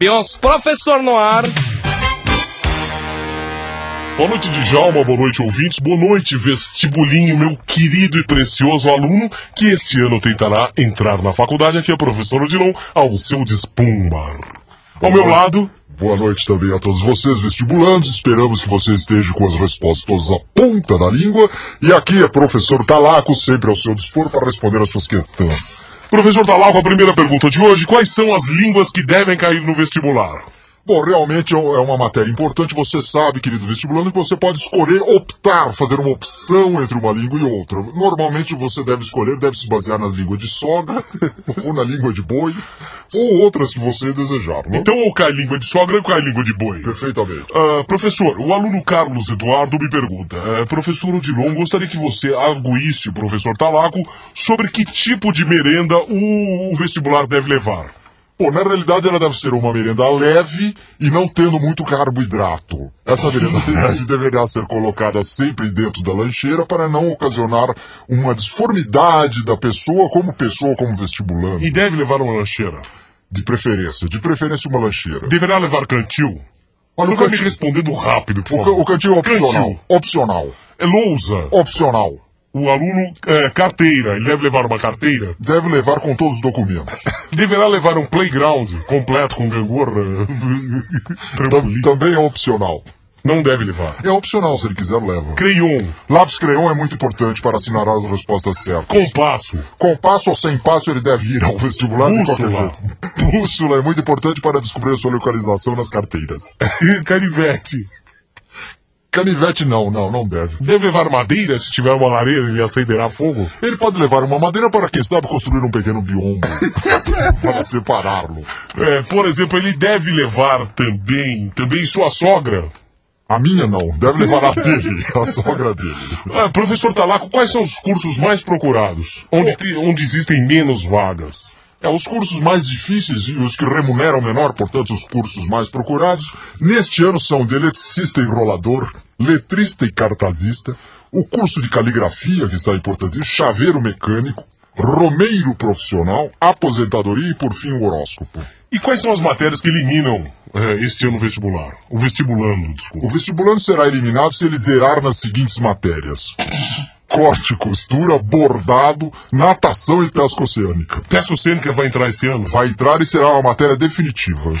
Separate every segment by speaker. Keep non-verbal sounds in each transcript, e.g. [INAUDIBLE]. Speaker 1: Campeões, professor no ar.
Speaker 2: Boa noite, Djalma, boa noite, ouvintes, boa noite, vestibulinho, meu querido e precioso aluno que este ano tentará entrar na faculdade. Aqui é o professor Odilon, ao seu despumbar. Ao meu lado,
Speaker 3: Boa noite também a todos vocês, vestibulantes. Esperamos que você esteja com as respostas todas à ponta da língua. E aqui é professor Talaco, sempre ao seu dispor para responder as suas questões.
Speaker 2: professor Dalal, com a primeira pergunta de hoje, quais são as línguas que devem cair no vestibular?
Speaker 3: Bom, realmente é um- é uma matéria importante. Você sabe, querido vestibulando, que você pode escolher, optar, fazer uma opção entre uma língua e outra. Normalmente você deve escolher, deve se basear na língua de sogra, [LAUGHS] ou na língua de boi, ou outras que você desejar. Não? é?
Speaker 2: Então, ou cai língua de sogra ou cai língua de boi?
Speaker 3: Perfeitamente.
Speaker 2: Ah, professor, o aluno Carlos Eduardo me pergunta: eh, Professor Odilon, gostaria que você arguísse o professor Talaco sobre que tipo de merenda o- o vestibular deve levar.
Speaker 3: Pô, na realidade ela deve ser uma merenda leve e não tendo muito carboidrato. Essa
Speaker 2: [LAUGHS]
Speaker 3: merenda leve deverá ser colocada sempre dentro da lancheira para não ocasionar uma disformidade da pessoa como pessoa, como vestibulando.
Speaker 2: E deve levar uma lancheira.
Speaker 3: De preferência, de preferência uma lancheira.
Speaker 2: Deverá levar cantil?
Speaker 3: Olha,
Speaker 2: Você
Speaker 3: o
Speaker 2: vai me
Speaker 3: cantinho,
Speaker 2: respondendo rápido, por
Speaker 3: o, ca-
Speaker 2: favor.
Speaker 3: o cantinho é opcional.
Speaker 2: Cantil.
Speaker 3: Opcional.
Speaker 2: É lousa.
Speaker 3: Opcional.
Speaker 2: O aluno, é, carteira. Ele deve levar uma carteira.
Speaker 3: Deve levar com todos
Speaker 2: [LAUGHS]
Speaker 3: os documentos.
Speaker 2: Deverá levar um playground completo com
Speaker 3: [LAUGHS]
Speaker 2: gangorra.
Speaker 3: Tam-
Speaker 2: trampolim.
Speaker 3: Também é opcional.
Speaker 2: Não deve levar.
Speaker 3: É opcional, se ele quiser, leva.
Speaker 2: Crayon,
Speaker 3: Lápis creon é muito importante para assinalar as respostas certas.
Speaker 2: compasso, [LAUGHS]
Speaker 3: Com passo ou sem passo, ele deve ir ao vestibular de
Speaker 2: Bússola.
Speaker 3: qualquer jeito. Bússola é muito importante para descobrir a sua localização nas carteiras.
Speaker 2: canivete.
Speaker 3: Canivete não, não, não deve.
Speaker 2: Deve levar madeira, se tiver uma lareira ele acenderá fogo.
Speaker 3: Ele pode levar uma madeira para, quem sabe, construir um pequeno biombo. para separá-lo.
Speaker 2: É, por exemplo, ele deve levar também, também sua sogra.
Speaker 3: A minha não, deve levar a dele, a sogra dele.
Speaker 2: Ah, professor Talaco, quais são os cursos mais procurados? Onde, te- onde existem menos vagas?
Speaker 3: É, os cursos mais difíceis e os que remuneram menor, portanto, os cursos mais procurados, neste ano são de eletricista e enrolador, letrista e cartazista, o curso de caligrafia, que está importantíssimo, chaveiro mecânico, romeiro profissional, aposentadoria e, por fim, o horóscopo.
Speaker 2: E quais são as matérias que eliminam eh, este ano vestibular? O vestibulando, desculpa.
Speaker 3: O vestibulando será eliminado se ele zerar nas seguintes matérias. Corte, e costura, bordado, natação e pesca oceânica.
Speaker 2: Peça o Sêneca vai entrar esse ano.
Speaker 3: Vai entrar e será uma matéria definitiva.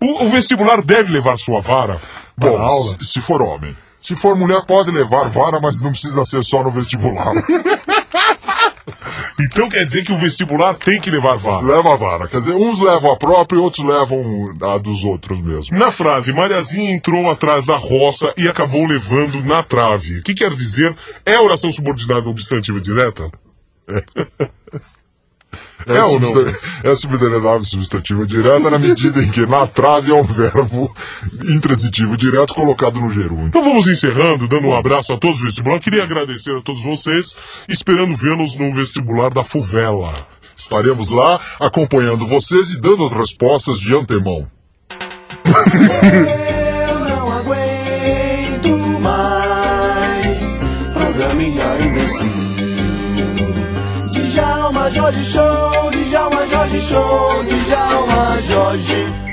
Speaker 2: O, o vestibular deve levar sua vara para a
Speaker 3: Bom,
Speaker 2: aula?
Speaker 3: se, se for homem. Se for mulher, pode levar vara, mas não precisa ser só no vestibular.
Speaker 2: Então quer dizer que o vestibular tem que levar vara.
Speaker 3: Leva a vara. Quer dizer, uns levam a própria e outros levam a dos outros mesmo.
Speaker 2: Na frase, Mariazinha entrou atrás da roça e acabou levando na trave. O que quer dizer? É oração subordinada ou substantiva direta?
Speaker 3: É,
Speaker 2: ou não?
Speaker 3: substa- É subdeterminável substantivo direto na medida em que na trave é um verbo intransitivo direto colocado no gerúndio.
Speaker 2: Então vamos encerrando, dando um abraço a todos os vestibulantes. Queria agradecer a todos vocês, esperando vê-los no vestibular da Fuvela.
Speaker 3: Estaremos lá acompanhando vocês e dando as respostas de antemão.
Speaker 4: Eu não aguento mais Programinha imbecil Djalma, Jorge Show, Djalma, Jorge Show Djalma, Jorge